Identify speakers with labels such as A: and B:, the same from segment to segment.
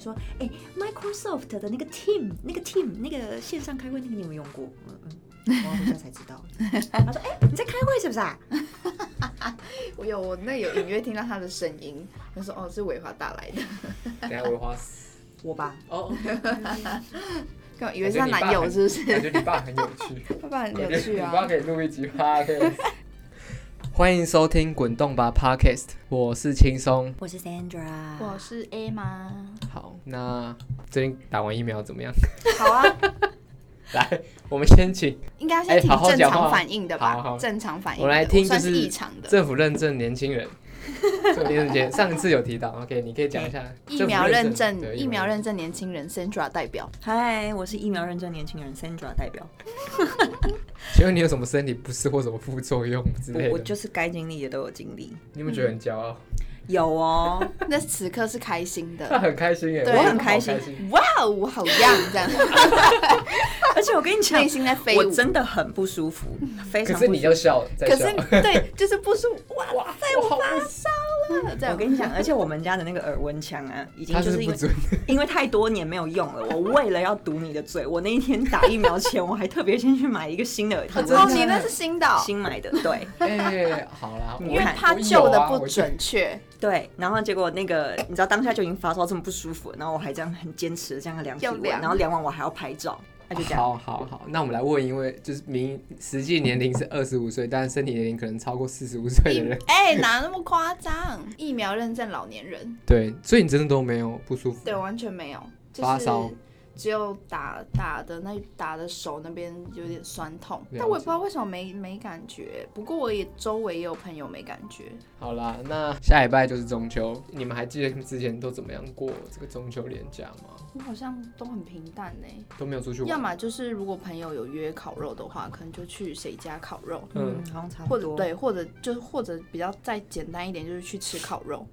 A: 说，哎、m i c r o s o f t 的那个 Team，那个 Team，那个线上开会那个你有没有用过？嗯嗯，我回家才知道。他说，哎、你在开会是不是啊？
B: 我有我那有隐约听到他的声音，他说哦是伟华打 来的，
C: 等一下我花
A: 我吧，
C: 哦，
B: 刚好以为是他男友是不
C: 感
B: 是？
C: 觉你爸很有趣，
B: 爸爸很
C: 感
B: 有
C: 觉
B: 趣
C: 你
B: 啊
C: 爸。可以录一集 podcast。欢迎收听《滚动吧 Podcast》，我是轻松。
A: 我是 Sandra，
B: 我是 A 吗？
C: 好，那最近打完疫苗怎么样？
B: 好啊，
C: 来，我们先请
B: 应该先挺
C: 哎好好
B: 正
C: 讲话
B: 常反应的吧，
C: 好好
B: 正常反应的。
C: 我来听，就
B: 哎算是异常的。
C: 政府认证年 轻人。政府认证年，上次有提到，OK，你可以讲一下
B: 疫苗认证，
C: 对
B: 疫苗认证年轻人 Sandra 代 表，
A: 嗨，我是疫苗认证年轻人 Sandra 代表，
C: 请问你有什么身体不适或什么副作用之类
A: 我我
C: 的？
A: 就是该经历的都有经历，
C: 你有没有觉得很骄傲？
A: 有哦，
B: 那此刻是开心
C: 他
B: 的。
C: 很开心耶，
B: 对
C: 好
B: 我
A: 很开心
B: 哇哦，好样这 样，
A: 而且我跟你讲
B: 内，心在飞
A: 我
B: 舞。
A: 真的很不舒服，非
C: 可
A: 常
C: 是
A: 不
C: 你
A: 舒
C: 要笑，在
B: 可
C: 笑。
B: 是对，就是不舒服，哇，
C: 哇，我好不爽
B: 了
A: 服。我
B: 这样。
A: 跟你讲，而且我们家的那个耳温枪 啊，已经
C: 他
A: 就是是因
C: 不
A: 为
C: 准，
A: 因为太多年没有用了，我为了要堵你的嘴，我那一天打疫苗前，我还特别先去买一个新的耳机，
B: 哦，你那是新的哦，
A: 新买的，对
C: 哎，好啦，
A: 你
B: 嗯
C: 我
B: 因为
A: 看
B: 他
C: 我有
B: 旧的
C: 啊
B: 不
C: 我
B: 准确，
A: 对。然后结果那个，你知道当下就已经发烧这么不舒服了，然后我还这样很坚持地这样量体
B: 要
A: 温，
B: 量
A: 然后量完我还要拍照，那就这样。
C: 好好好，那我们来问一位，就是明实际年龄是二十五岁，但身体年龄可能超过四十五岁
B: 疫
C: 的人。
B: 哎、哪那么夸张？疫苗认证老年人，
C: 对，所以你真的都没有不舒服。
B: 对，完全没有，就
C: 发
B: 是
C: 烧
B: 只有打打的那打的手那边有点酸痛，
C: 了
B: 但我也
C: 解
B: 不知道为什么没没感觉。不过我也周围也有朋友没感觉，
C: 好啦，那下礼拜就是中秋，你们还记得之前都怎么样过这个中秋连假吗？
B: 我好像都很平淡呢、
C: 都没有出去
B: 要
C: 玩，
B: 么就是如果朋友有约烤肉的话，可能就去谁家烤肉，
A: 嗯
C: 嗯，
A: 好像差
B: 或
A: 不
B: 者
A: 多。，
B: 对，或者就是或者比较再简单一点，就是去吃烤肉，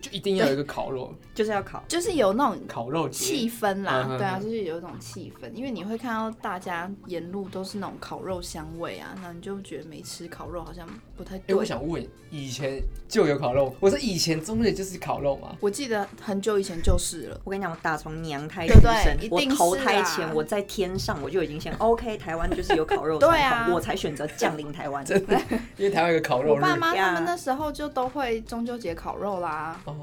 C: 就一定要有一个烤肉，
A: 就是要考。
B: 就是有那种
C: 烤肉节。
B: 气氛啦，
C: 嗯嗯嗯
B: 对啊，就是有一种气氛，因为你会看到大家沿路都是那种烤肉香味啊，那你就觉得没吃烤肉好像不太
C: 哎、
B: 对。
C: 我想问，以前就有烤肉？我说以前中秋就是烤肉吗？
B: 我记得很久以前就是了，
A: 我跟你讲，我打从娘胎
B: 对
A: 出
B: 对
A: 生
B: 一，
A: 我
B: 定
A: 投
B: 是
A: 胎
B: 啊
A: 前，我在天上我就已经先 OK，台湾就是有烤肉
B: 对
A: 传
B: 啊
A: 统，我才选择降临台湾。
C: 真的，因为台湾有个烤肉
B: 我
C: 日。
B: 爸妈他们
A: 呀
B: 那时候就都会中秋节烤肉啦，
C: 哦，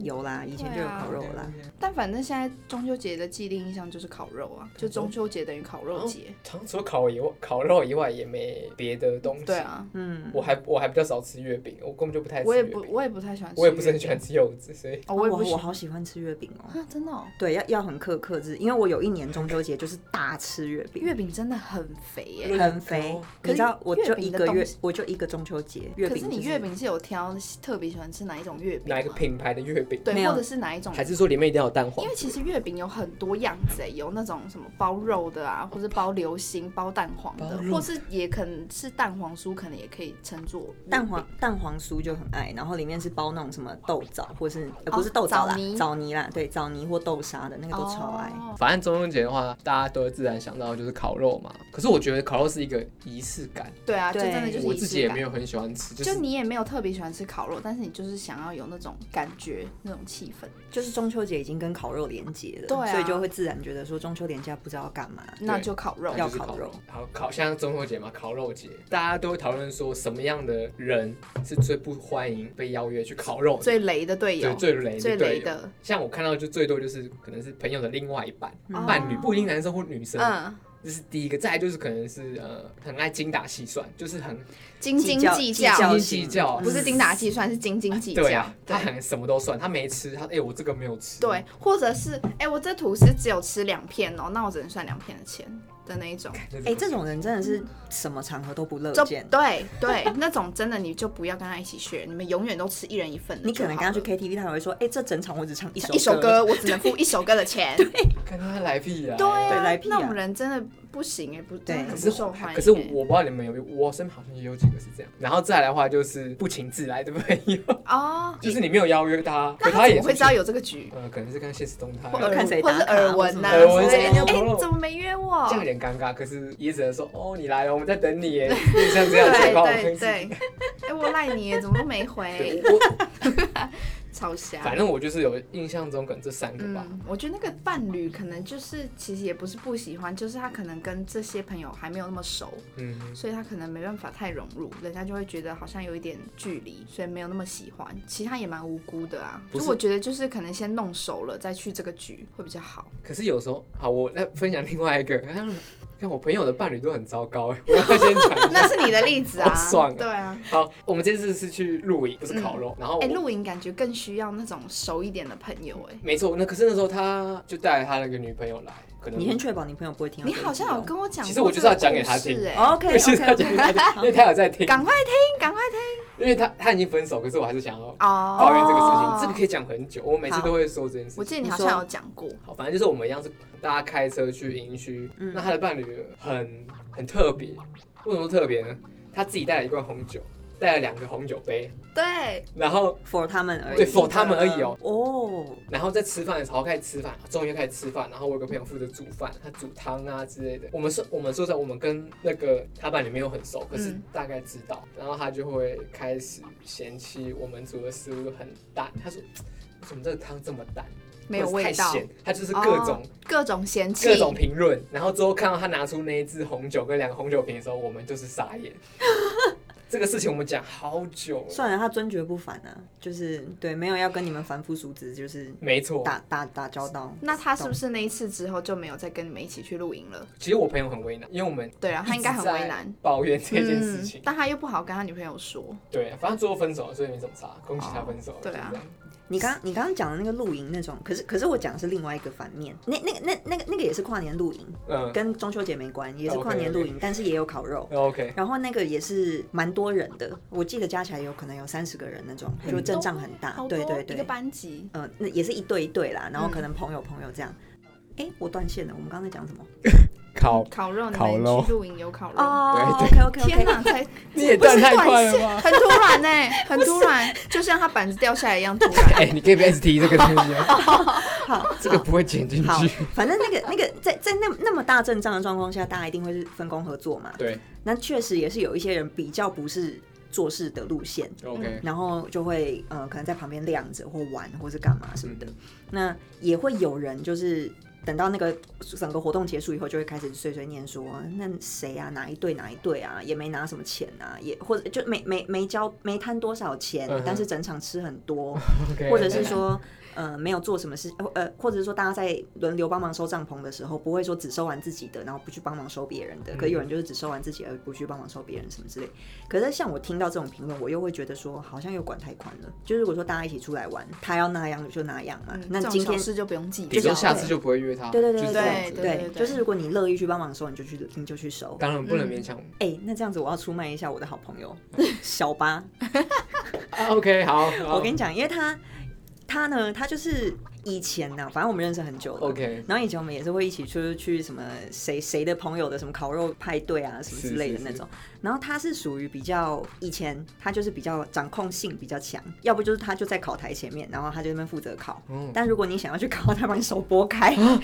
A: 有
B: 啊
A: 啦，以前就有烤肉啦。
B: 但反正现在中秋节的既定印象就是烤肉啊，就中秋节等于烤肉节，
C: 除除了烤以外，烤肉以外也没别的东西。
B: 对，啊，
A: 嗯，
C: 我还我还比较少吃月饼，我根本就不太吃
B: 我也
C: 月饼。
B: 不我也不太喜欢吃月饼，
C: 我也不是很喜欢吃柚子，所以
B: 哦，我也
A: 啊我
B: 不喜
A: 我
B: 欢
A: 好喜欢吃月饼哦。
B: 啊，真的、哦，
A: 对，要要很克克制，因为我有一年中秋节就是大吃月饼，
B: 月饼真的很肥耶、
A: 很肥。
B: 可
A: 你
B: 是
A: 知道，我就
B: 月饼
A: 一
B: 的
A: 个
B: 东
A: 月
B: 西，
A: 我就一个中秋节月
B: 可
A: 饼、
B: 是你月，饼是有挑特别喜欢吃哪一种月饼吗？
C: 哪一个品牌的月饼？
A: 没
B: 对，
A: 有
B: 或者是哪一种
C: 还是说里面一定要有蛋黄
B: 因？为其实月饼有很多样子、欸，有那种什么包肉的啊，或是包流心、包蛋黄的
C: 包，肉
B: 或是也可能是蛋黄酥，可能也可以称作月饼
A: 蛋黄蛋黄酥就很爱，然后里面是包那种什么豆枣，或是、呃、
B: 哦
A: 不是豆枣啦
B: 枣，泥
A: 枣泥啦，对，枣泥或豆沙的那个都超爱。
B: 哦
C: 反正中秋节的话，大家都会自然想到就是烤肉嘛。可是我觉得烤肉是一个仪式感，
B: 对啊，就
A: 对
B: 真的就是
C: 我
B: 仪
C: 自己
B: 式
C: 也
B: 感
C: 没。有很喜欢吃，就
B: 就是你也没有特别喜欢吃烤肉，但是你就是想要有那种感觉、那种气氛。
A: 就是中秋节已经跟烤肉连结了，
B: 对啊
A: 所以就会自然觉得说中秋连假不知道要干嘛。
B: 那就烤肉
C: 那，
A: 要
C: 就是
A: 烤肉。
C: 好烤，像中秋节嘛，烤肉节，大家都会讨论说什么样的人是最不欢迎被邀约去烤肉的，
B: 最雷的队
C: 对
B: 友，
C: 最雷
B: 最
C: 的队
B: 雷
C: 友。
B: 的，
C: 像我看到就最多就是可能是朋友的另外一半、
B: 哦
C: 伴侣，不一定男生或女生，
B: 嗯，
C: 这是第一个。再来就是可能是呃很爱精打细算，就是很
B: 斤斤
A: 较
B: 计
A: 计较嗯
C: 斤
B: 较，
C: 斤计较，
B: 不是精打细算，是斤斤计较。
C: 对啊，他
B: 对
C: 很什么都算，他没吃，他哎、我这个没有吃，
B: 对，，或者是哎、我这吐司只有吃两片哦，那我只能算两片的钱的那一种，
A: 哎、这种人真的是什么场合都不乐
B: 就
A: 见。
B: 对对，那种真的你就不要跟他一起 share，你们永远都吃一人一份的就好了。
A: 你可能跟他去 KTV，他还会说：“哎、这整场我只唱一首
B: 一首歌，我只能付一首歌的 钱。对
C: 看他来屁啊，
A: 对
B: 啊
A: 来，屁啊
B: 那种人真的不行哎，不
A: 对
B: 真的
C: 可
B: 很
C: 是
B: 不受欢迎欸。
C: 可是我我不知道你们有没有，我身边好像也有几个是这样。然后再来的话就是不请自来的朋友，
B: 哦，
C: 就是你没有邀约他，可
B: 那他怎
C: 也
B: 么
C: 是
B: 会知道有这个局？
C: 呃，可能是看现实动态
B: 或，
A: 者看谁
B: 或是
A: 打卡
B: 耳闻呐
C: 啊或什么
B: 之类的，
C: 耳闻
B: 哎，怎么没约我
C: 这？样有点尴尬。可是也只能说哦，你来了，我们在等你耶，就是像这样
B: 对
C: 情况。
B: 对对，哎，我赖你耶，怎么都没回？
C: 我我
B: 超瞎。
C: 反正我就是有印象中可能这三个吧。
B: 嗯，我觉得那个伴侣可能就是其实也不是不喜欢，就是他可能跟这些朋友还没有那么熟，
C: 嗯哼，
B: 所以他可能没办法太融入，人家就会觉得好像有一点距离，所以没有那么喜欢。其实他也蛮无辜的啊，
C: 不
B: 就是我觉得就是可能先弄熟了再去这个局会比较好。
C: 可是有时候，好，我来分享另外一个， 像像我朋友的伴侣都很糟糕， 我要先讲一下。
B: 那是你的例 子啊，
C: 好爽啊
B: 对啊，
C: 好，我们这次是去露营，不是烤肉，然哦后我嗯
B: 哎、露营感觉更需要那种熟一点的朋友哎、
C: 没错，那可是那时候他就带了他那个女朋友来，可能
A: 你 先确保你朋友不会听到
B: 你
A: 这一集哦。
B: 好像有跟我讲过这个故事、哎哎
C: 其实我就是要讲给他听
A: 哦
B: 啊
A: OK
C: 对，现
A: OK
C: 在讲
A: OK，
C: 给他 听，因为他有在听，
B: 赶快听，赶快听
C: 因为他他已经分手，可是我还是想要
B: 哦。
C: 抱怨这个事情，这个可以讲很久，我每次
A: 好
C: 都会说这件事
B: 我
C: 情。
B: 记得你好
A: 你
B: 像
A: 说
B: 有讲过，
C: 好，反正就是我们一样是大家开车去营区，
A: 嗯
C: 那他的伴侣很很特别，为什么特别呢？他自己带了一罐红酒，带了两个红酒杯，
B: 对，
C: 然后
A: for 他们而已。
C: 对 for 他们而已哦。
A: 哦，
C: 然后在吃饭的时候开始吃饭，终于开始吃饭。然后我有个朋友负责煮饭，他煮汤啊之类的。我们是，我们说实在，我们跟那个他伴侣没有很熟，可是
B: 嗯
C: 大概知道。然后他就会开始嫌弃我们煮的食物很淡，他说：“为什么这个汤这么淡？
B: 没有
C: 或者
B: 味
C: 是太
B: 道，
C: 咸。”他就是各种、
B: 哦各种嫌弃，
C: 各种评论，然后之后看到他拿出那一支红酒跟两个红酒瓶的时候，我们就是傻眼。这个事情我们讲好久了，
A: 算了，他尊爵不凡啊，就是对，没有要跟你们凡夫俗子就是
C: 没错。
A: 打打打交道。
B: 那他是不是那一次之后就没有再跟你们一起去露营了？
C: 其实我朋友很为难，因为我们
B: 对啊，他应该很
C: 一直在
B: 为难
C: 抱怨这件事情
B: 嗯。但他又不好跟他女朋友说。
C: 对，啊反正最后分手了，所以没怎么差，恭喜他分手了。
B: 哦对啊
C: 就是这样，
A: 你刚你刚刚讲的那个露营那种，可是可是我讲的是另外一个反面，那那个那那个那个也是跨年露营，
C: 嗯
A: 跟中秋节没关，也是
C: 哦 OK，
A: 跨年
C: OK
A: 露营，但是也有烤肉。
C: 那，OK，
A: 然后那个也是蛮多人的，我记得加起来有可能有三十个人那种，就阵仗很大。
B: 好多
A: 啊对对
B: 一个
A: 对，
B: 班级。
A: 嗯、那也是一对一对啦，然后
B: 嗯
A: 可能朋友朋友这样。哎、我断线了，我们刚才讲什么？
C: 靠，
B: 烤肉，你
C: 烤肉
B: 们去露营有烤肉。
A: 哦
C: 对
A: ，OK OK
B: 天
A: OK，
B: 哪，才
C: 你也断太快了吧？
B: 很突然呢、很突然， 就像他板子掉下来一样突 然。
C: 哎，你可以不要一直提这个东西啊，
A: 好，
C: 这个不会剪 进
A: 好
C: 去。，
A: 反正那个那个在在那那么大阵仗的状况下，大家一定会是分工合作嘛。
C: 对
A: 那确实也是有一些人比较不是做事的路线，
C: ，OK，
A: 然后就会呃可能在旁边晾着或玩或是干嘛什么的。
C: 嗯
A: 那也会有人就是等到那个整个活动结束以后，就会开始碎碎念说，那谁啊，哪一队哪一队啊，也没拿什么钱啊，也或者就没没没交没摊多少钱，
C: 嗯哼
A: 但是整场吃很多，
C: ，OK，
A: 或者是说。呃，没有做什么事，呃呃，或者是说大家在轮流帮忙收帐篷的时候，不会说只收完自己的，然后不去帮忙收别人的。
C: 嗯
A: 可有人就是只收完自己，而不去帮忙收别人什么之类。可是像我听到这种评论，我又会觉得说，好像又管太宽了。就是如果说大家一起出来玩，他要那样就那样嘛。
B: 嗯
A: 那
B: 这种
A: 今天
B: 小事就不用计
C: 比如说
B: 较。
C: 下次就不会约他，
A: 对对
C: 就
A: 对
C: 是这样
A: 对
C: 子
B: 对对
A: 就是如果你乐意去帮忙收，你就去你就去收。
C: 当然不能勉强。
A: 哎、那这样子我要出卖一下我的好朋友 小八，
C: 啊 OK，好，好
A: 我跟你讲，因为他他呢，他就是以前啊呢、反正我们认识很久了。
C: OK，
A: 然后以前我们也是会一起出去什么谁谁的朋友的什么烤肉派对啊什么之类的那种。然后他是属于比较以前他就是比较掌控性比较强，要不就是他就在烤台前面，然后他就在那边负责烤。
C: 嗯
A: 但如果你想要去烤，他把你手拨开。
B: 哦，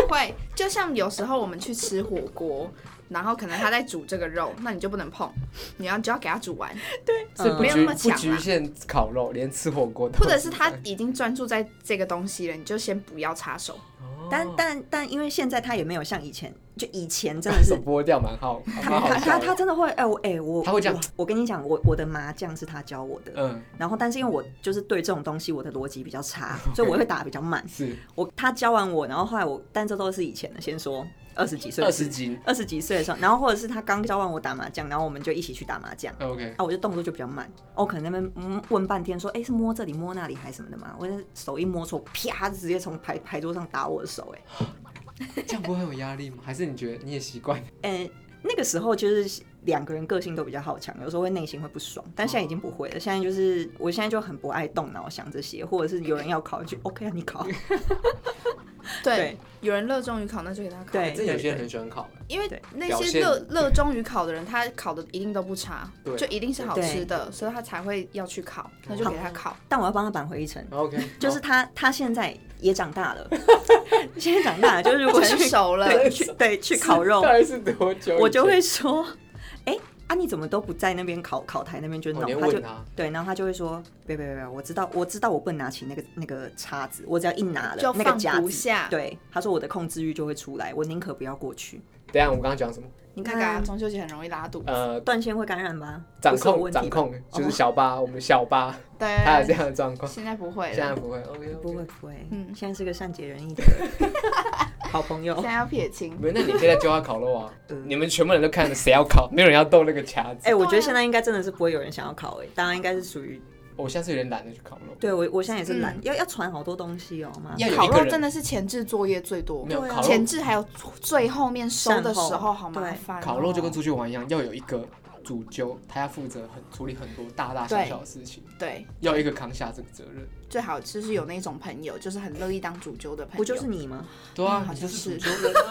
B: 会会，就像有时候我们去吃火锅，然后可能他在煮这个肉，那你就不能碰，你要只要给他煮完，
C: 这
A: 嗯
C: 不
B: 没有
C: 局
B: 那么
C: 不
B: 强啊
C: 局限烤肉，连吃火锅都，
B: 或者是他已经专注在这个东西了，你就先不要插手。
C: 哦
A: 但但但因为现在他也没有像以前，就以前真的是
C: 手剥掉蛮好，蛮好
A: 他他
C: 笑
A: 他
C: 的。
A: 真的会，哎、我哎、我
C: 他会这样
A: 我我跟你讲，我我的麻将是他教我的，
C: 嗯，
A: 然后但是因为我就是对这种东西我的逻辑比较 差，所以我会打得比较慢。
C: 是
A: 我他教完我，然后后来我，但这都是以前的，先说二十几岁，
C: 二十斤。
A: 二十几岁的时候，然后或者是他刚教完我打麻将，然后我们就一起去打麻将。
C: OK，
A: 啊，我就动作就比较慢，我可能在那边嗯问半天，说，哎、是摸这里摸那里还是什么的嘛？我就手一摸错，啪，直接从牌牌桌上打我的手、哎。
C: 这样不会很有压力吗？还是你觉得你也习惯？
A: 呃，那个时候就是两个人个性都比较好强，有时候会内心会不爽，但现在已经不会了。现在就是我现在就很不爱动脑想这些，或者是有人要考就 OK 啊，你考。
B: 对，
A: 对
B: 有人热衷于烤，那就给他烤。
A: 哎对
C: 真的有些人很喜欢烤，
B: 因为
A: 对
B: 那
C: 表
B: 些
C: 现
B: 热热衷于烤的人，他烤的一定都不差，
C: 对哦
B: 就一定是好
A: 对
B: 吃的，所以他才会要去烤，那就给他 烤。
A: 但我要帮他扳回一城，
C: OK，
A: 就是他他现在也长大了，现在长大了， 就是如果
B: 成
A: 去
B: 熟了，
A: 对去对去烤肉，
C: 大概是多久？
A: 我就会说，哎、啊，你怎么都不在那边烤烤台那边就
C: 我
A: 弄？
C: 连
A: 他就
C: 哦问他，
A: 对，然后他就会说，别别别，我知道我知道我不能拿起那个那个叉子，我只要一拿了
B: 就
A: 那个
B: 放
A: 夹
B: 不
A: 子，
B: 下。
A: 对，他说我的控制欲就会出来，我宁可不要过去。
C: 等一下我们刚刚讲什么？
A: 你
B: 那个啊
A: 看
B: 中秋节很容易拉肚子。
C: 呃，
A: 断线会感染吧？
C: 掌
A: 不是有
C: 控
A: 问题
C: 掌
A: 吧，哦哎
C: 控就是小八，我们小八他有这
B: 对，
C: 样的状况，
B: 现在不会
C: 现
B: 了
C: 在，不会，OK
A: 不
C: OK。
A: 会不会，
B: 嗯
A: 现在是个善解人意 的好朋友
B: 现。在要撇清。
C: 没有，那你现在就要烤肉啊！
A: 嗯
C: 你们全部人都看着谁要烤，没有人要动那个卡子。
A: 哎、我觉
B: 对
A: 得
B: 啊
A: 现在应该真的是不会有人想要烤哎、大家应该是属于
C: 我下次有点懒得去烤肉，
A: 对我，我现在也是懒，
B: 嗯
A: 要要传好多东西哦、妈，
C: 嗯要有一
B: 烤
C: 个
B: 肉
C: 人
B: 真的是前置作业最多
C: 没，有
A: 对啊
C: 烤肉
B: 前，置还有最后面收的时
A: 善
B: 候
A: 后
B: 好麻烦哦。
C: 烤肉就跟出去玩一样，要有一个主揪，他要负责很处理很多大大小小的事情，
B: 对，
C: 要有一个扛下这个责任。
B: 最好就是有那种朋友，就是很乐意当主揪的朋友。
A: 不就是你吗？
C: 对啊
B: 嗯，好
C: 你
B: 像
C: 就是
B: 是
C: 主揪人 啊，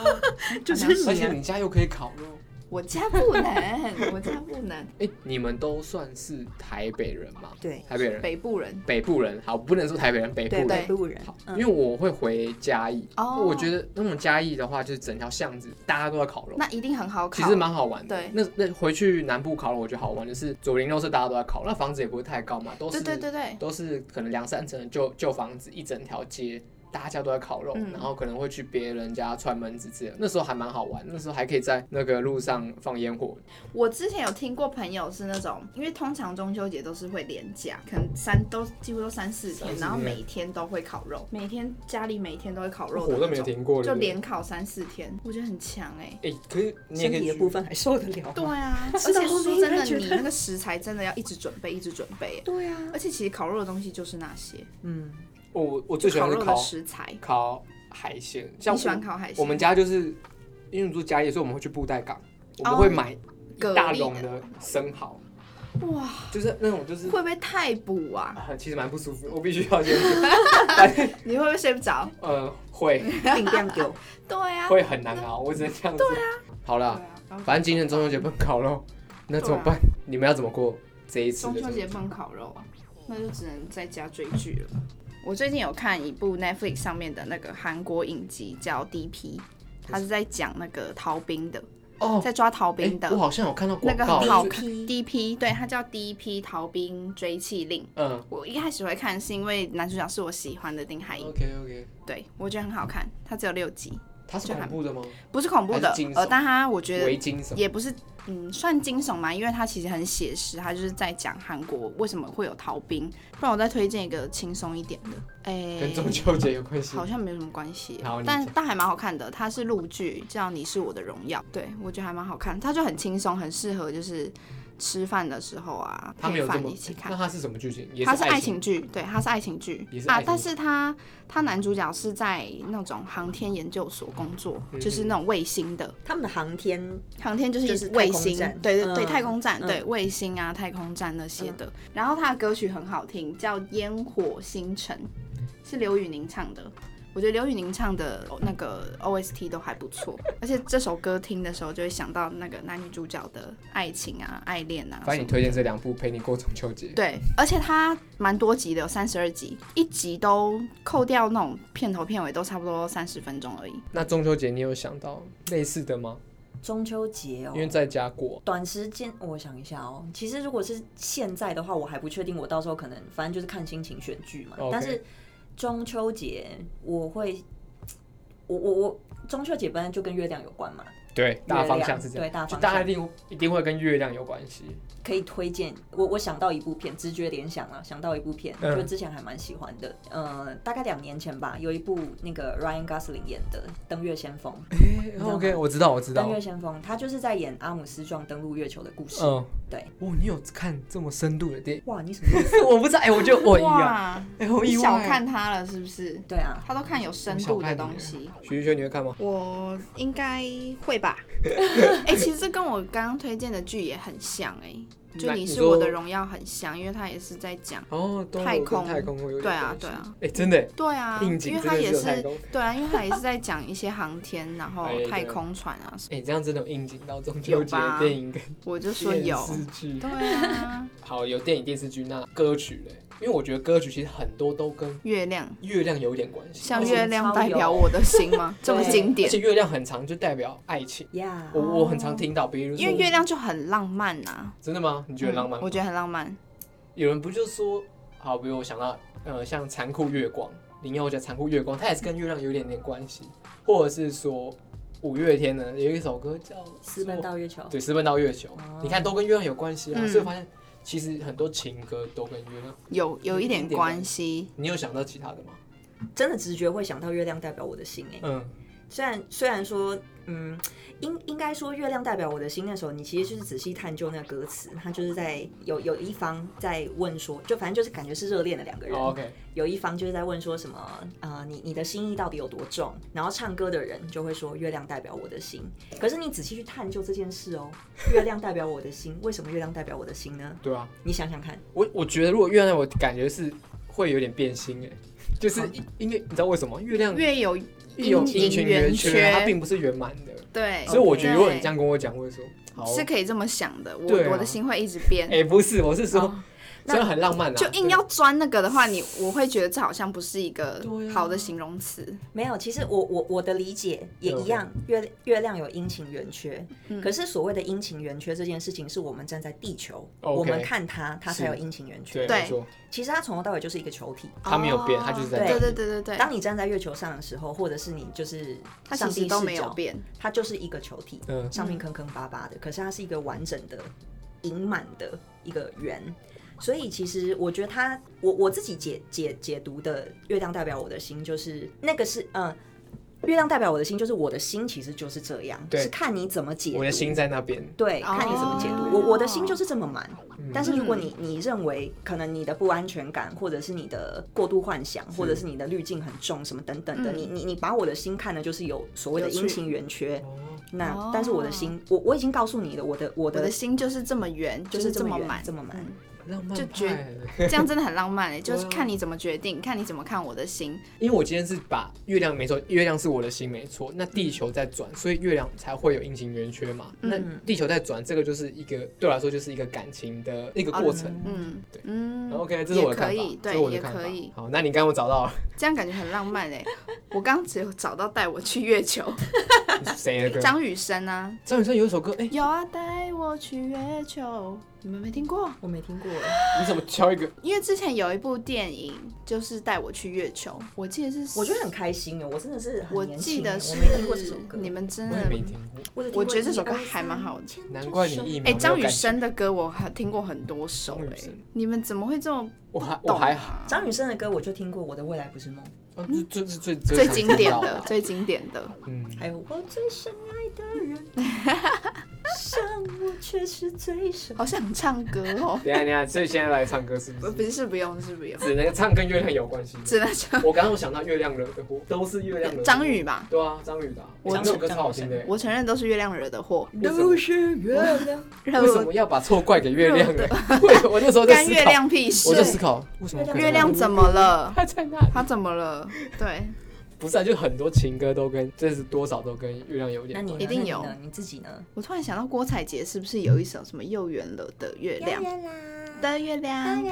A: 就是
C: 而
A: 你、
C: 且
A: 啊。
C: 你家又可以烤肉。
B: 我家不能，我家不能，
C: 哎，你们都算是台北人吗？
A: 对
C: 台北人，
B: 北部人
C: 北部人，好，不能说台北人，北部
A: 对，
C: 人。
A: 北部人
C: 好，，因
A: 嗯，
C: 为我会回嘉义，
B: 哦。
C: 我觉得那种嘉义的话，就是整条巷子大家都在烤肉，
B: 哦那一定很好烤。
C: 其实蛮好玩的。
B: 对
C: 那那回去南部烤肉，我觉得好玩，就是左邻右舍大家都在烤，那房子也不会太高嘛，都
B: 对
C: 是
B: 对对对，
C: 都是可能两三层的旧旧房子，一整条街。大家都在烤肉，
B: 嗯
C: 然后可能会去别人家串门子之类的，那时候还蛮好玩。那时候还可以在那个路上放烟火，
B: 我之前有听过朋友是那种，因为通常中秋节都是会连假，可能三都几乎都三四
C: 三四
B: 天，
C: 天
B: 然后每天都会烤肉，每天家里每天都会烤肉的
C: 我
B: 那
C: 都
B: 种，
C: 没有听过。
B: 就
C: 对不对
B: 连烤三四天，我觉得很强哎、
C: 哎、可是你也
A: 身
C: 可
A: 体
C: 以
A: 的
C: 去
A: 部分还受得了吗？
B: 对啊， 而且
A: 吃到后
B: 说
A: 面应
B: 真的，
A: 该觉
B: 你
A: 得
B: 那个食材真的要一直准备，一直准备欸。
A: 对啊，
B: 而且其实烤肉的东西就是那些，
A: 嗯，
C: 我我最喜欢
B: 烤
C: 是
B: 肉的
C: 烤
B: 食材。
C: 烤海鲜，像
B: 你
C: 我
B: 喜欢烤海鲜？
C: 我们家就是因为住嘉义，所以我们会去布袋港，我们
B: 哦
C: 会买
B: 蛤
C: 大
B: 蜊
C: 笼
B: 的
C: 的生蚝，
B: 哇，
C: 就是那种就是
B: 会。不会太补啊？
C: 啊其实蛮不舒服的，我必须要先说，
B: 你会不会睡不着？
C: 呃，会
B: 嗯
A: 定量有，
B: 对啊，
C: 会很难熬，我只能这样子。对啊，好
B: 对
C: 啦，
B: 啊，然后
C: 反正今天中秋节不能烤肉，那怎么办？你们要怎么过这一次
B: 啊中
C: 的
B: 秋节不能烤肉啊，那就只能在家追剧了。我最近有看一部 Netflix 上面的那个韩国影集，叫《D.P.》，它是在讲那个逃兵的，
C: 哦？
B: 在抓逃
C: 哎
B: 兵的、
C: 我好像有看到
B: 那
C: 广
B: 个
C: 告，
B: 很好
C: 就是
B: 看。D.P. 对，它叫《D.P. 逃兵追缉令》。
C: 嗯
B: 我一开始会看是因为男主角是我喜欢的丁海寅，
C: ，OK OK，
B: 对我觉得很好看。它只有六集，
C: 它是
B: 就还
C: 恐怖的吗？
B: 不是恐怖的
C: 还是惊悚，
B: 呃，但它我觉得
C: 围巾什么？
B: 也不是，嗯，算惊悚嘛，因为它其实很写实，它就是在讲韩国为什么会有逃兵。不然我再推荐一个轻松一点的，哎、
C: 跟中秋节有关系？
B: 好像没有什么关系
C: 好，你
B: 但
C: 讲
B: 但还蛮好看的。它是陆剧，叫《你是我的荣耀》，对我觉得还蛮好看，它就很轻松，很适合就是吃饭的时候啊，
C: 它没
B: 配
C: 有这
B: 饭
C: 么
B: 一起，看
C: 那。它是什么剧情？也
B: 它是爱
C: 情
B: 情剧，对，它是爱情剧
C: 也是爱
B: 啊
C: 情，
B: 但是它它男主角是在那种航天研究所工作，
C: 嗯
B: 就是那种卫星的，
A: 他们的航天
B: 航天就是
A: 就是
B: 卫
A: 太空
B: 星，
A: 站
B: 对对对，
A: 嗯
B: 太空站，
A: 嗯
B: 对卫星啊、太空站那些的。然后他的歌曲很好听，叫《烟火星辰》，是刘宇宁唱的。我觉得刘宇宁唱的哦那个 OST 都还不错，而且这首歌听的时候就会想到那个男女主角的爱情啊、爱恋啊。
C: 反正你推荐这两部陪你过中秋节。
B: 对，而且它蛮多集的，有三十二集，一集都扣掉那种片头片尾都差不多三十分钟而已。
C: 那中秋节你有想到类似的吗？
A: 中秋节哦
C: 因。为在家过，
A: 短时间，我想一下哦。其实如果是现在的话，我还不确定，我到时候可能反正就是看心情选剧嘛。
C: OK
A: 但是中秋节我会，我我我中秋节本来就跟月亮有关嘛，
C: 对，大方向是这样，
A: 对大
C: 就
A: 方
C: 大家
A: 向
C: 一定一定会跟月亮有关系。
A: 可以推荐。我我想到一部片，直觉联想啊，想到一部片，
C: 嗯
A: 就之前还蛮喜欢的，呃，大概两年前吧，有一部那个 Ryan Gosling 演的《登月先锋》。
C: 哎
A: 知道吗
C: ，OK，我知道，我知道
A: 登，月先锋，他就是在演阿姆斯壮登陆月球的故事。
C: 嗯，
A: 对。
C: 哇，你有看这么深度的电影？
A: 哇，你什么意思？
C: 我不知道，哎，我就我意外，
B: 哇，
C: 哎，我
B: 你
C: 意外。
B: 小看他了是不是？
A: 对啊，
B: 他都看有深度的东西。
C: 徐徐轩，你会看吗？
B: 我应该会 吧？哎、其实这跟我刚刚推荐的剧也很像哎、就
C: 嗯那
B: 你
C: 你
B: 是
C: 说
B: 我的荣耀很像，因为它也是在讲，
C: 哦，都有
B: 太
C: 跟
B: 空
C: 太空会有点
B: 对啊
C: 关系
B: 对。啊
C: 哎，真的，
B: 对啊，
C: 应景
B: 因为
C: 真
B: 它
C: 的
B: 也
C: 是有
B: 是
C: 太空。
B: 对啊，因为它也是在讲一些航天，然后
C: 哎对
B: 太空船啊，什
C: 哎，这样真的有应景到中秋
B: 有
C: 节
B: 吧
C: 电影跟
B: 么我就说
C: 电
B: 有，
C: 视剧。
B: 对啊，
C: 好，有电影电视剧，那歌曲嘞？因为我觉得歌曲其实很多都跟
B: 月亮，
C: 月亮有一点关系，
B: 像
C: 而且
B: 月亮代表我的心 吗？这么经
C: 而
B: 典，
C: 且月亮很长就代表爱情，
A: 呀
C: 我我很常听到，比如说
B: 因为月亮就很浪漫呐、啊，
C: 真的吗？你觉得浪
B: 嗯？
C: 漫
B: 我觉得很浪漫。
C: 有人不就说，好，比如我想到，呃，像残酷月光，林宥嘉残酷月光，它也是跟月亮有一点点关系，或者是说五月天呢，有一首歌叫《
A: 私奔到月球，
C: 对私奔到月球》
A: 哦
C: 你看都跟月亮有关系啊，
B: 嗯
C: 所以发现其实很多情歌都跟月亮。
B: 有有一点
C: 有一点
B: 关系，
C: 你有想到其他的吗？
A: 真的直觉会想到月亮代表我的心哎、
C: 嗯，
A: 虽然虽然说，嗯，应应该说月亮代表我的心那首，你其实就是仔细探究那个歌词，他就是在有有一方在问说，就反正就是感觉是热恋的两个人，
C: 哦，OK，
A: 有一方就是在问说什么啊、呃你你的心意到底有多重？然后唱歌的人就会说月亮代表我的心。可是你仔细去探究这件事哦，月亮代表我的心，为什么月亮代表我的心呢？
C: 对啊，
A: 你想想看，
C: 我我觉得如果月亮，我感觉是会有点变心哎、就是
A: 啊
C: 因因为你知道为什么月亮
B: 月有
C: 有
B: 阴
C: 阴
B: 晴
C: 晴
B: 圆
C: 圆
B: 缺，
C: 缺，它并不是圆满的，
A: 哎
B: 对，
C: 所以我觉得如果
B: 对
C: 你这样跟我讲，我会说好。
B: 是可以这么想的，我、
C: 对啊
B: 我的心会一直变。
C: 哎、不是，我是说，
B: 哦
C: 真的很浪漫啊，
B: 就硬要钻那个的话，你我会觉得这好像不是一个
C: 对啊
B: 好的形容词。
A: 没有，其实我我我的理解也一样，月月亮有阴晴圆缺，
B: 嗯
A: 可是所谓的阴晴圆缺这件事情，是我们站在地球
C: 哦 OK
A: 我们看它，它才有
C: 是
A: 阴晴圆缺
C: 对，。
B: 对
C: 没错，
A: 其实它从头到尾就是一个球体。
C: 他没有变
B: 哦
C: 他就是在
A: 这
B: 对对对对对，
A: 当你站在月球上的时候，或者是你就是
B: 他
A: 上帝
B: 其实都
A: 视
B: 没有
A: 角，
B: 变。
A: 它就是一个球体。
C: 嗯，
A: 上面坑坑巴巴的，可是它是一个完整的、盈满的一个圆。所以其实我觉得它，我我自己解解解读的月亮代表我的心，就是那个是呃，月亮代表我的心，就是我的心其实就是这样，
C: 对
A: 是看你怎么解读
C: 我的。心在那边，
A: 对，
B: 哦
A: 看你怎么解读。我我的心就是这么满，
C: 嗯
A: 但是如果你你认为可能你的不安全感，或者是你的过度幻想，或者是你的滤镜很重，什么等等的，
B: 嗯
A: 你你你把我的心看的就是有所谓的
B: 有趣
A: 阴晴圆缺，
C: 哦
A: 那、
B: 哦
A: 但是我的心，我我已经告诉你了，我的我
B: 我的
A: 的
B: 心就是这么圆，
A: 就
B: 就是
A: 这么
B: 么
A: 圆
B: 满，
A: 这么满
B: 嗯
C: 浪漫
B: 就觉
C: 派欸
B: 这样真的很浪漫 诶，就是
C: 对啊
B: 看你怎么决定，看你怎么看我的心。
C: 因为我今天是把月亮没错，月亮是我的心没错，那地球在转，所以月亮才会有阴晴圆缺嘛。
B: 嗯
C: 那地球在转，这个就是一个对我来说就是一个感情的一个过程。
A: 哦
B: 嗯
C: 对
B: 嗯
C: OK，这是我的看法，
B: 也可以
C: 这
B: 对
C: 是我的
B: 也
C: 看法
B: 可以。
C: 好，那你刚刚我找到了
B: 这样感觉很浪漫诶。我刚只有找到带我去月球，
C: 谁的歌？
B: 张雨生啊，
C: 张雨生有一首歌，哎、
B: 有啊，带我去月球，你们没听过？
A: 我没听过，
C: 你怎么挑一个？
B: 因为之前有一部电影就是带我去月球，我记得是，
A: 我觉得很开心哦，我真的是很
B: 我
A: 年
B: 记
A: 轻耶
B: 得是
A: 我没听过这首歌，
B: 你们真
C: 我
B: 的欸
C: 也没听过，
A: 我只听过
B: 我觉得这首歌
A: 一二三
B: 还蛮好的
C: 难怪你一秒没
B: 哎，
C: 有
B: 张雨
C: 感觉
B: 生的歌我还听过很多首
C: 张雨
B: 哎
C: 生，
B: 你们怎么会这么
C: 我还
B: 懂
C: 我
B: 啊？
C: 还好，
A: 张雨生的歌我就听过，《我的未来不是梦
C: 啊这这最
B: 最
C: 最
B: 经典的，最经典的，
C: 嗯》，，。
A: 还有我最深爱的 人，像我却是最深。
B: 好想唱歌哦
C: 等一下等一下，所以现在来唱歌是 不
B: 不
C: 是？
B: 不是不用是不用，
C: 只能唱跟月亮有关系。
B: 只能唱
C: 我刚刚有想到月亮惹的祸，都是月亮惹的祸
B: 张。宇吧。
C: 对啊，张宇的啊，
A: 我
C: 我这首歌超好听的。
B: 我承认都是月亮惹的祸，
A: 都是月亮，
C: 为什么要把错怪给月亮呢？为什 么我那时候在
B: 干
C: 思
B: 月
C: 考，
B: 亮屁事
C: 我？就思考为什么
B: 月亮怎么了？
C: 他在那？
B: 他怎么了？对，
C: 不是啊，就很多情歌都跟，这是多少都跟月亮有
A: 那
C: 点
A: 你
C: 关
A: 呢
B: 一
C: 系。
B: 定有
A: 那你呢你自己呢？
B: 我突然想到郭采洁是不是有一首什么又圆了的月亮的月亮？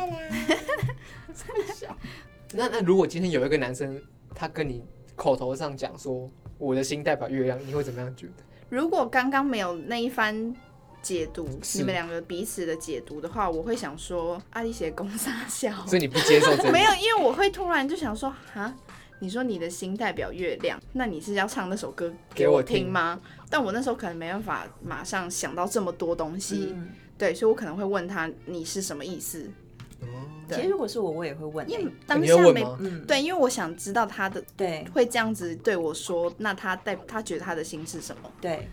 C: 那那如果今天有一个男生，他跟你口头上讲说我的心代表月亮，你会怎么样觉得？
B: 如果刚刚没有那一番解读，
C: 是
B: 你们两个彼此的解读的话，我会想说阿丽写公傻笑。
C: 所以你不接受这
B: 哦没
C: 个？
B: 有，因为我会突然就想说，哈，你说你的心代表月亮，那你是要唱那首歌给
C: 给我
B: 我听
C: 听
B: 吗？但我那时候可能没办法马上想到这么多东西，
A: 嗯
B: 对，所以我可能会问他你是什么意思。
C: 哦
A: 其实
B: 对，
A: 如果是我，我也会问
B: 因
A: 欸
B: 为。当
C: 哎你
B: 下
C: 会问
B: 没
C: 吗？
A: 嗯，
B: 对，因为我想知道他的
A: 对
B: 会这样子对我说，那他代他觉得他的心是什么？
A: 对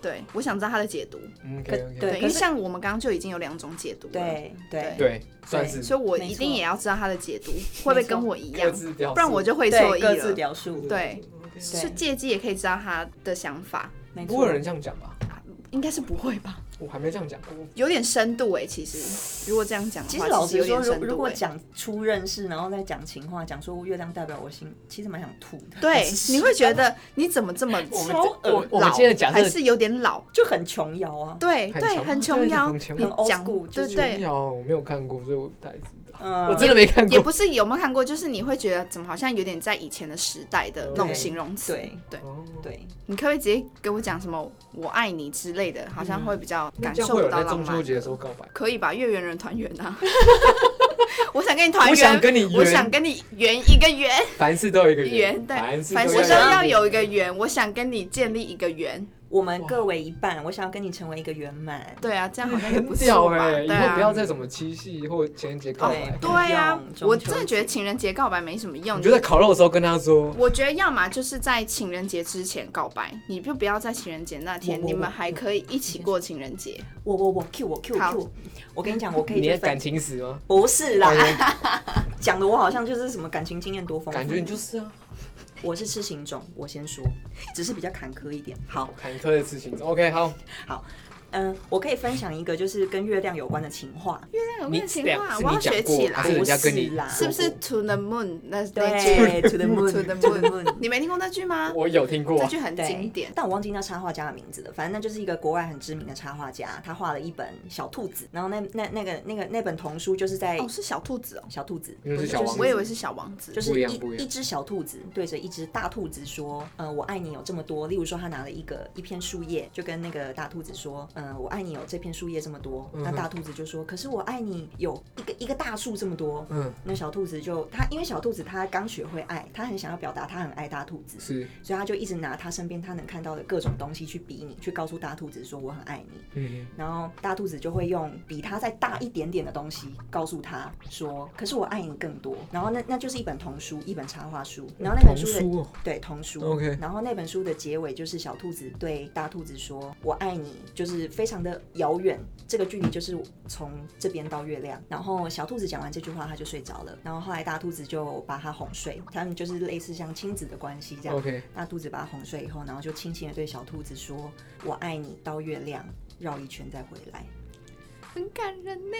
B: 对，我想知道他的解读。
C: 嗯，OK OK，
A: 对
B: 对，因为
A: 可是
B: 像我们刚刚就已经有两种解读了，
A: 对对
C: 对，算是
B: 所以我
A: 没
B: 一
A: 错
B: 定也要知道他的解读会不会跟我一
C: 各
B: 样，
C: 自表示，
B: 不然我就会错
A: 对，
B: 意
A: 各自
B: 了。
A: 表述，
B: 对，
A: 对
B: 是借机也可以知道他的想法，
A: 没
C: 不会有
A: 错。
C: 人这样讲吧？
B: 应该是不会吧？
C: 我还没这样讲过，
B: 有点深度哎、其实如果这样讲的
A: 其
B: 话，
A: 实老实
B: 有
A: 说，
B: 点
A: 如
B: 深
A: 如
B: 度
A: 果
B: 哎、
A: 讲初认识，然后再讲情话，讲说月亮代表我心，其实蛮想吐的。
B: 对，你会觉得你怎么这么
C: 我们
A: 超
C: 这我
A: 恶
C: 我们
B: 老
C: 今天的假
B: 还
C: 设
B: 是有点老，
A: 就很琼瑶啊，
B: 对
C: 很
B: 对，
C: 琼
B: 很
C: 对
B: 琼瑶，
C: 很
B: 你
C: 琼
A: 瑶很 old
B: 讲
A: school，就
B: 对
A: 是
C: 琼
B: 对，
C: 瑶哦我没有看过，所以我不太知道。
A: 嗯，
B: 呃
C: 我真的没看
B: 也
C: 过。
B: 不是有没有看过，就是你会觉得怎么好像有点在以前的时代的那种
A: 对
B: 形容词。
A: 对
B: 对
C: 哦
A: 对，
B: 你可不可以直接给我讲什么“我爱你”之类的，好像会比较
C: 那
B: 感
C: 这样
B: 受
C: 会有
B: 不
C: 人
B: 到
C: 在
B: 浪
C: 中秋
B: 漫。
C: 节的时候告白？
B: 可以吧？月圆人团圆 啊！我想跟你团圆，
C: 我想跟你
B: 我想
C: 圆，
B: 跟你圆一个圆，
C: 凡事都有一个
B: 圆对
C: 凡事
B: 凡
C: 都
B: 事
A: 我
B: 都
A: 想
B: 要有一个圆。我想跟你建立一个圆。
A: 我们各为一半，我想要跟你成为一个圆满。
B: 对啊，这样好像也
C: 很
B: 不
C: 屌
B: 错吧？
C: 哎！以
B: 对
C: 后不要
B: 啊，
C: 再什么七夕或情人节告
A: 对
C: 白。
B: 对啊
A: 不，用
B: 我
A: 中秋
B: 真的觉得情人节告白没什么用。
C: 你就在烤肉的时候跟他说，
B: 我觉得要么就是在情人节之前告白，你就不要在情人节那天，
A: 我我
B: 你们还可以一起过情人节。
A: 我我我 Q 我 Q 我
B: 好
A: Q，我跟你讲，我可以
C: 你
A: 去
C: 的
A: 分
C: 感情史吗？
A: 不是啦，
C: 哦
A: 讲的我好像就是什么感情经验多丰富，
C: 感觉你就是啊，
A: 我是痴情种，我先说，只是比较坎坷一点。好，
C: 坎坷的事情。OK，好，
A: 嗯、我可以分享一个就是跟月亮有关的情话，
B: 月亮有
C: 你
B: 没有情
C: 对
B: 话？
C: 是
B: 啊我
C: 你
B: 要
C: 讲
B: 学起
C: 过，还
B: 来
C: 是。人家跟你
A: 不是啦
B: 是不是
C: 说
B: To the Moon 那那句？
A: 对，To the moon，To
B: the
A: moon。
B: 你没听过那句吗
C: 过？？我有听过
B: 这
C: 啊，
B: 句很
A: 对
B: 经典。
A: 但我忘记那插画家的名字了。反正那就是一个国外很知名的插画家，他画了一本小兔子，然后那那那个那个那本童书就是在
B: 哦，是小兔子哦，
A: 小兔子，
C: 因为是小
A: 就
C: 王子
B: 我以为是小王子，
A: 就
C: 不一
A: 是
C: 样
A: 一
C: 不一样
A: 一只小兔子对着一只大兔子说：“呃，我爱你有这么多。”例如说，他拿了一个一片树叶，就跟那个大兔子说：“呃，我爱你有这片树叶这么多。”那
C: 嗯哼
A: 大兔子就说：“可是我爱你有一个一个大树这么多。”
C: 嗯，
A: 那小兔子就他，因为小兔子他刚学会爱，他很想要表达他很爱大兔子，
C: 是，
A: 所以他就一直拿他身边他能看到的各种东西去比你，去告诉大兔子说我很爱你。
C: 嗯，
A: 然后大兔子就会用比它再大一点点的东西告诉他说：“可是我爱你更多。”然后那那就是一本童书，一本插画书。然后那本
C: 童
A: 书的
C: 书哦，
A: 对童书
C: OK
A: 然后那本书的结尾就是小兔子对大兔子说：“我爱你。”就是非常的遥远，这个距离就是从这边到月亮。然后小兔子讲完这句话，它就睡着了。然后后来大兔子就把它哄睡，他们就是类似像亲子的关系这样。
C: OK，
A: 大兔子把它哄睡以后，然后就轻轻的对小兔子说：“我爱你，到月亮绕一圈再回来。
B: 很感人呢。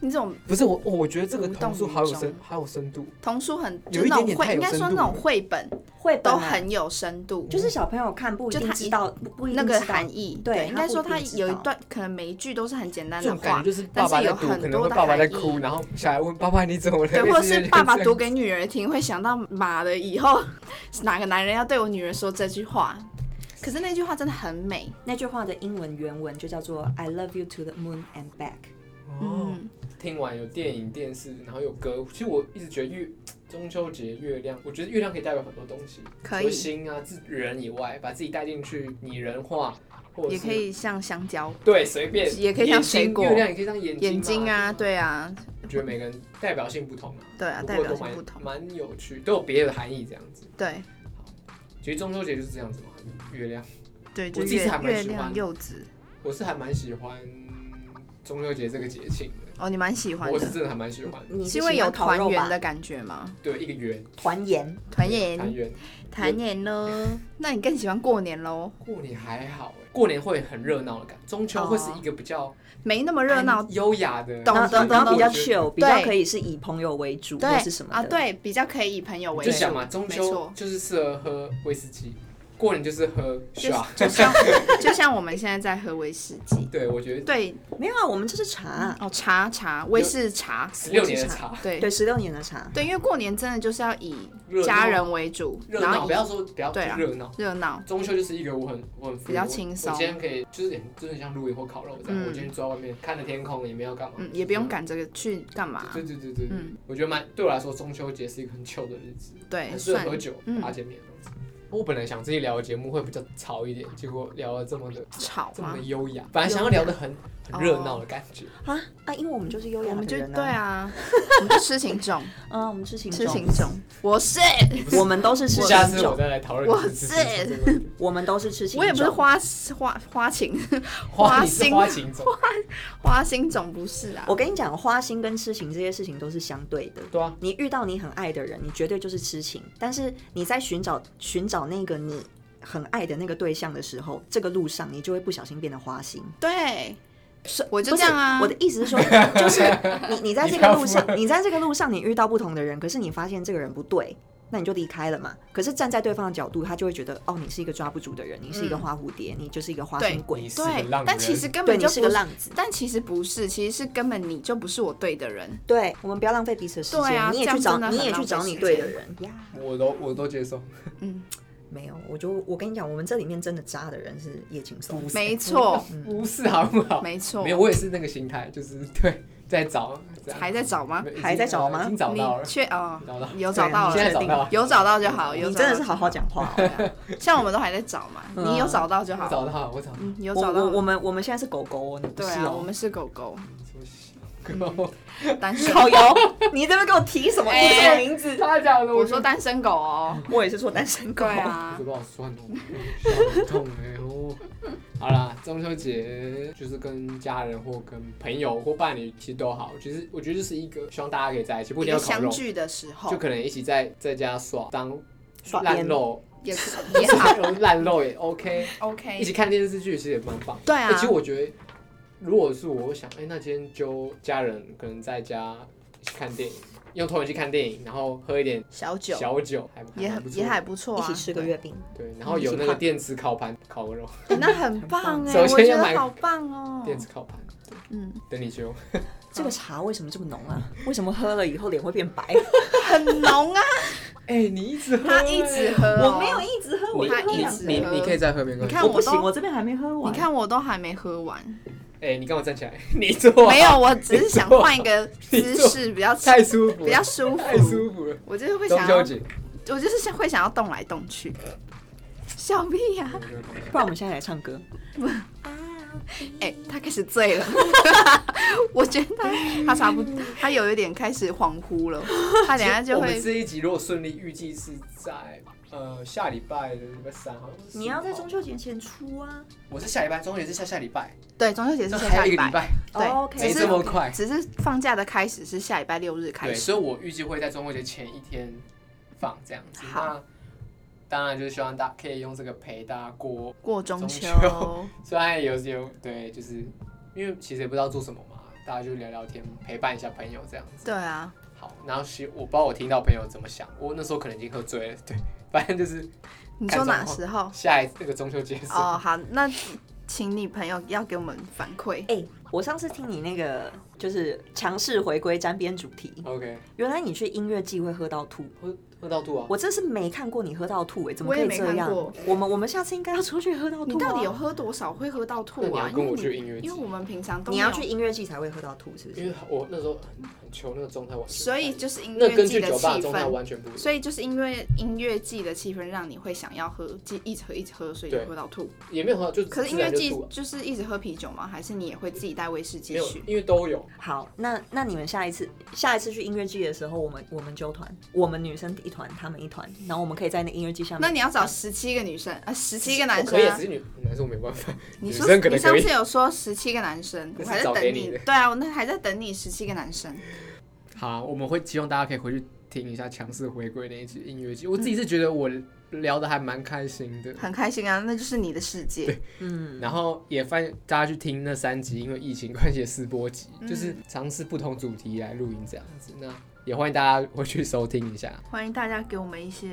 B: 你这种
C: 不是我，我我觉得这个
B: 无动
C: 童书
B: 于
C: 好有
B: 衷
C: 深，好有深度。
B: 童书很，就
C: 有
B: 是
C: 一
B: 那
C: 点
B: 种
C: 点
B: 绘，
C: 太有
B: 应该说
C: 深
B: 那
C: 度
B: 种
C: 了
B: 绘本”
A: 绘本
B: 都
A: 啊
B: 很有深度，
A: 就是小朋友看不一
B: 就
A: 定
B: 他一
A: 知道，不不一
B: 那
A: 定
B: 个
A: 知道
B: 含义。
A: 对
B: 应
A: 他
B: 该说
A: 不一
B: 它
A: 定知
B: 有一
A: 道
B: 段，可能每一句都是很简单
C: 这
B: 的
C: 种感
B: 话
C: 觉，就是
B: 但
C: 爸
B: 是
C: 爸在
B: 有
C: 读，
B: 很
C: 可能
B: 多
C: 会
B: 的
C: 爸爸在
B: 含义
C: 哭，然后小孩问爸爸你怎么了？
B: 对，或者
C: 类似
B: 是爸爸
C: 这
B: 读
C: 样
B: 给女儿听，会想到妈的，以后 哪个男人要对我女儿说这句话？可是那句话真的很美，
A: 那句话的英文原文就叫做 “I love you to the moon and back”。
C: 哦，
B: 嗯，
C: 听完有电影、电视，然后有歌。其实我一直觉得月中秋节月亮，我觉得月亮可以代表很多东西，
B: 可
C: 除了
B: 以，
C: 星啊、自人以外，把自己带进去拟人化，或者
B: 也
C: 是
B: 可以像香蕉、
C: 对随便，
B: 也可以像
C: 眼睛
B: 水果
C: 月亮也可以当眼睛嘛
B: 眼睛啊，，对啊，
C: 我觉得每个人代表性不同啊，
B: 对啊，
C: 不
B: 代
C: 过
B: 表
C: 都
B: 性
C: 蛮
B: 不同，
C: 蛮有趣，都有别的含义这样子。
B: 对
C: 其实中秋节就是这样子嘛，月亮，
B: 对，
C: 我
B: 就
C: 自己
B: 月
C: 是还蛮
B: 月
C: 喜
B: 亮
C: 欢
B: 柚子，
C: 我是还蛮喜欢中秋节这个节庆的，
B: 哦，你蛮喜欢
C: 我是
B: 的，
C: 真的还蛮喜欢的，
A: 你
B: 是因为有
A: 烤
B: 团
A: 肉
B: 圆
A: 吧？
B: 的感觉吗？
C: 对，一个圆，
A: 团圆，
B: 团
C: 团
B: 圆，
C: 圆。
B: 团圆喽，那你更喜欢过年喽？
C: 过年还好欸过年会很热闹的感觉，中秋会是一个比较
B: 没那么哦热闹
C: 安，优雅的，
B: 懂
A: 然后
B: 懂
A: 然
B: 懂
A: 后比较
C: 我觉得
A: chill，比较
B: 对
A: 可以是以朋友为主或
B: 对
A: 是什么
C: 哎
B: 啊，
A: 的。
B: 对，比较可以以朋友为
C: 就
B: 主，
C: 想嘛，中
B: 没
C: 秋
B: 错。
C: 就是适合喝威士忌，过年就是喝
B: 就
C: shot。
B: 就像就像我们现在在喝威士忌，
C: 对，我觉得
B: 对，
A: 没有啊，我们这是茶啊，
B: 哦，茶茶威士茶，
C: 十六年的茶，
B: 对
A: 对，十六年的茶。
B: 对，因为过年真的就是要以
C: 热闹
B: 家人为主，
C: 热
B: 然
C: 闹，
B: 后
C: 不
B: 以
C: 要说不要
B: 对啊
C: 热闹。
B: 热闹，
C: 中秋就是一个我很我很 free，
B: 比较
C: 我
B: 轻松
C: 我今天可以就是很真的像露营或烤肉这样，
B: 嗯
C: 我今天坐在外面看着天空，也没有干嘛，
B: 嗯，也不用赶着去干嘛
C: 对。，对对对对，
B: 嗯，
C: 我觉得蛮对我来说，中秋节是一个很 chill 的日子。
B: 对，
C: 很适合
B: 算
C: 喝酒
B: 嗯、
C: 大见面。我本来想自己聊的节目会比较吵一点，结果聊了这么的
B: 吵啊
C: 这么
B: 嘛
C: 的，优雅，本来想要聊的很很热闹的感
B: 哦
C: 觉，
A: 啊啊，因为我们就是优
B: 我
A: 雅
B: 们
A: 的
B: 就
A: 人
B: 对啊， 我们就痴情种，
A: 嗯，我们痴情
B: 痴
A: 种
B: 情，种，我是
A: 我们都是痴
C: 下
A: 情
C: 次我
A: 种，
C: 再来讨论。
B: 我
C: 这件事情这个
A: 我们都是痴情种。
B: 我也不是花花花情花
C: 花你是
B: 心
C: 花情种，
B: 花心种，不是啊，
A: 我跟你讲，花心跟痴情这些事情都是相对的。
C: 对啊，
A: 你遇到你很爱的人，你绝对就是痴情；但是你在寻找寻找那个你很爱的那个对象的时候，这个路上你就会不小心变得花心。
B: 对，
A: 是
B: 我就
A: 不是
B: 这样啊
A: 我的意思是说，就是你你在这个路上，你在这个路上你遇到不同的人，可是你发现这个人不对，那你就离开了嘛。可是站在对方的角度，他就会觉得哦，你是一个抓不住的人，你是一个花蝴蝶，你就是一个花心鬼
C: 你，是个
B: 对
C: 浪，
B: 但
C: 人，
B: 其实根
A: 对
B: 本
A: 你
B: 就是不
A: 个浪子。
B: 但其实不是，其实是根本你就不是我对的人。
A: 对，我们不要浪费彼此的时
B: 对
A: 间，
B: 啊
A: 你也
B: 这样
A: 去找
B: 真的，很
A: 你也去
B: 浪费
A: 找你
B: 时
A: 对
B: 间
A: 的人呀。
C: 我都我都接受，
B: 嗯，
A: 没有，我就我跟你讲，我们这里面真的渣的人是叶青松，
B: 没错，
C: 不是好不好？
B: 没错
C: 没，有，我也是那个心态，就是 对，在找，这样
B: 还在找吗？
C: 没已经
A: 还在找吗
C: 已经找
B: 你
C: 到了，
B: 确哦，
C: 找到。
B: 有找到了，
C: 你现在
B: 确
C: 找
B: 定
C: 到了
B: 有找到就好， 有
A: 你
B: 找
A: 真的
B: 到
A: 是好好讲话、哦。
B: 对啊像我们都还在找嘛，
A: 嗯
B: 你有找到就
C: 我
B: 好，
C: 找到了，我找到了，
B: 嗯， 有
A: 我
B: 找到
A: 我我们我们现在是狗狗哦，你不
B: 对
A: 是
B: 啊，
A: 哦。
B: 我们是狗 狗，
C: 什么小狗？
B: 单身。
A: 烤窑，你在那边给我提什么
B: 哎
A: 提什么名字？
C: 他讲的，
B: 我
C: 就
B: 说单身狗哦，
A: 我也是说单 身狗
B: 对。啊
C: 嘴，巴好酸哦，笑很痛哎哦。好啦，中秋节就是跟家人或跟朋友或伴侣其实都好，其实我觉得就是一个希望大家可以 在一起，不
B: 一
C: 一定
B: 个
C: 要烤
B: 相
C: 肉，
B: 聚的时候
C: 就可能一起在在家耍当
A: 耍
C: 烂
A: 鞭
C: 肉，
B: 也是也好
C: 烂肉也 OK，一
B: OK，
C: 起看电视剧其实也蛮棒。
B: 对啊
C: 欸，其实我觉得，如果是我，我想，哎、那今天就家人可能在家一起看电影，用投影机看电影，然后喝一点
B: 小酒
C: 小酒，还
B: 也
C: 还不
B: 很
C: 错
B: 也还不错
A: 一
B: 啊
A: 起，吃个月饼，
C: 对，然后有那个电磁烤盘烤个肉，
B: 欸那很棒哎，
C: 首
B: 我
C: 先
B: 觉
C: 要买
B: 得好棒哦，
C: 电磁烤盘
B: 嗯，
C: 等你哦修，
A: 这个茶为什么这么浓啊？为什么喝了以后脸会变白？
B: 很浓啊，
C: 哎、你一直喝、
B: 他一直喝，哦
A: 我没有，一直喝，我
C: 你
A: 一喝
B: 他一
A: 两
B: 直
A: 次。
C: 你
B: 喝
C: 你可以再喝没关
B: 你
C: 系。
B: 看
A: 我不
B: 我
A: 行，
B: 都
A: 我这边还没喝完。
B: 你，看我都还没喝完，
C: 哎、你干嘛站起来？ 你坐、啊、
B: 没有，我只是想换一个姿
C: 你坐
B: 势，比较
C: 太舒服了，
B: 比较舒
C: 太
B: 服。
C: 舒服了。
B: 我就是会
C: 中
B: 想要
C: 秋，节，
B: 我就是想会想要动来动去。小屁呀、
A: 不然我们现在来唱歌。
B: 哎、他开始醉了， 我觉得他他差不多，他有一点开始恍惚了，他等一下就
C: 我们
B: 会
C: 这一集如果顺利，预计是在呃下礼拜的礼拜三好像是哦
A: 你要在
C: 14号
A: 中秋节前出啊。
C: 我是下礼拜，中秋节是下下礼拜，
B: 对中秋节是
C: 这
B: 下
C: 还有一
B: 礼
C: 个礼
B: 拜，
C: 拜，
B: 对
A: 哦，OK
C: 没
B: 只
C: 这
B: 是
C: 么快。
B: 只是放假的开始是下礼拜六日开
C: 对，
B: 始，
C: 所以我预计会在中秋节前一天放这样子。
B: 好
C: 那当然就是希望大家可以用这个陪大家过，
B: 过中秋
C: 中秋虽然有有对，就是因为其实也不知道做什么嘛，大家就聊聊天，陪伴一下朋友这样子。
B: 对 啊，
C: 好，然后是我不知道我听到朋友怎么想，我那时候可能已经喝醉了，对，反正就是
B: 你说哪时候？
C: 下一那个中秋节的时候
B: 哦，好，那请你朋友要给我们反馈。
A: 哎，我上次听你那个就是强势回归沾边主题，
C: OK，
A: 原来你去音乐季会喝到吐。哦
C: 喝喝到肚啊，
A: 我真是没看过你喝到吐哎、怎么
B: 我
A: 可
B: 也
A: 以
B: 没
A: 这
B: 看
A: 样
B: 过？
A: 我们我们下次应该要出去喝到吐、啊。
B: 你到底有？喝多少会喝到
C: 那
B: 吐
C: 你
B: 啊？
C: 要
B: 因
C: 跟
B: 为
C: 我
B: 你
C: 去音乐节
B: 因为我们平常都
A: 你
B: 没
A: 要
B: 有
A: 去音乐季才会喝到吐，是不
C: 因
A: 是？
C: 为我那时候很很穷，那个状态完全不
B: 所以
C: 在
B: 就是音
C: 那
B: 乐
C: 跟
B: 季
C: 去
B: 的
C: 酒
B: 气
C: 吧的状态
B: 氛，
C: 完全不一样。
B: 所以就是因为音乐季的气氛让你会想要喝，就一直喝一直喝，所以就
C: 对
B: 喝到吐。
C: 也没有很好，就是
B: 可是音
C: 自
B: 乐
C: 然就
B: 季
C: 吐了
B: 就是一直喝啤酒吗？还是你也会自己带威士
C: 没
B: 忌
C: 有
B: 去，？
C: 因为都有。
A: 好，那那你们下一次下一次去音乐季的时候，我们我们纠团，我们女生一团，他们一团，然后我们可以在那音乐季下面。
B: 那你要找十七个女生啊，十七个男
C: 我可以
B: 生、
C: 也
B: 啊
C: 只。是女男生，我没办法。
B: 你
C: 女
B: 说
C: 生可
B: 你
C: 能
B: 上
C: 可以
B: 次。有说十七个男生，我
C: 那是
B: 还在
C: 找
B: 等
C: 给你的
B: 对啊，我那还在等你十七个男生。
C: 好，我们会希望大家可以回去听一下强势回归那一集音乐季。我自己是觉得我聊的还蛮开心的，
B: 很开心啊，那就是你的世界。
A: 嗯，
C: 然后也翻大家去听那三集，因为疫情关系的试播集，
B: 嗯
C: 就是尝试不同主题来录音这样子。那也欢迎大家回去收听一下。
B: 欢迎大家给我们一些，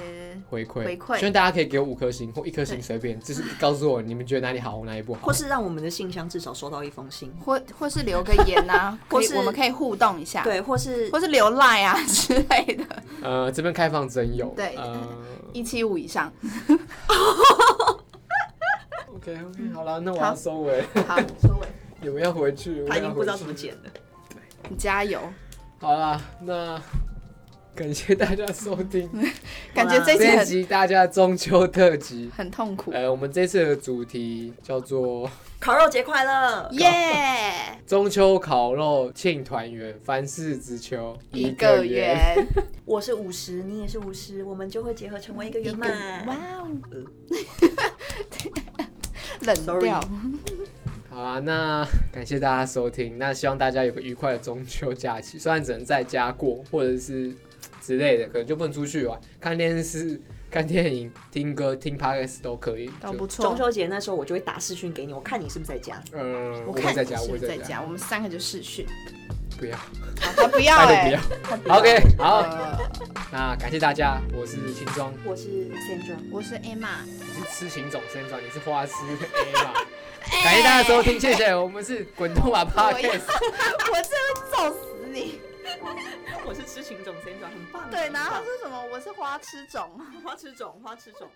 C: 回馈，
B: 回馈
C: 希望大家可以给我五颗星或一颗星，随便，就是告诉我你们觉得哪里好，哪里不好
A: 或。是让我们的信箱至少收到一封信，
B: 或或是留个言啊，
A: 或
B: 可以
A: 是
B: 我们可以互动一下，，
A: 对，或是
B: 或是留 line 啊之类的，
C: 呃，这边开放征友，
B: 对
C: 呃
B: 一七五以上。
C: ，OK OK，好了，那我要收尾，
B: 好，收尾，
C: 有没有回去？
A: 他已经不知道怎么
C: 解。
A: 剪了。
B: 你加油！
C: 好啦，那感谢大家收听
B: 感觉这一
C: 这一
B: 集
C: 集大家中秋特辑
B: 很。很痛苦，
C: 呃，我们这次的主题叫做
A: 烤肉节快乐！
B: 耶！
C: 中秋烤肉庆团圆，凡事只求
B: 一个
C: 圆。
B: 圆，
A: 我是五十，你也是五十，我们就会结合成为一个圆
B: 一个哇
A: 满。
B: 哦
A: 呃，
B: 冷
A: Sorry
B: 掉，
C: 好啊，那感谢大家收听，那希望大家有个愉快的中秋假期，虽然只能在家过，或者是自之类的，可能就不能出去玩，看电视、看电影、听歌、听 podcast 都可以。
B: 都
C: 就
B: 不
A: 中
B: 错。
A: 秋节那时候我就会打视讯给你，我看你是不是在家。
C: 嗯，我会
B: 看
C: 在
B: 你
C: 家，
B: 是
C: 我
B: 不
C: 会
B: 是在
C: 家，
B: 家，我们三个就试训。
C: 不要，
B: 好他 不要
C: 拜
B: 哎、
C: 托
B: 他不
C: 不
B: 要
C: 要。OK，好，
B: 呃，
C: 那感谢大家，我是秦庄，
A: 我是 Sandra，
B: 我是 Emma，
C: 你是痴情总先庄，你是花痴 A 嘛？感谢大家收听，谢谢，我们是滚动
B: 我
C: 吧
B: 要
C: podcast。
B: 我真的揍死你！
A: 我是痴情种 Sandra，很棒。
B: 对，然后他说什么？我是花痴种。
A: 花痴种，花痴种。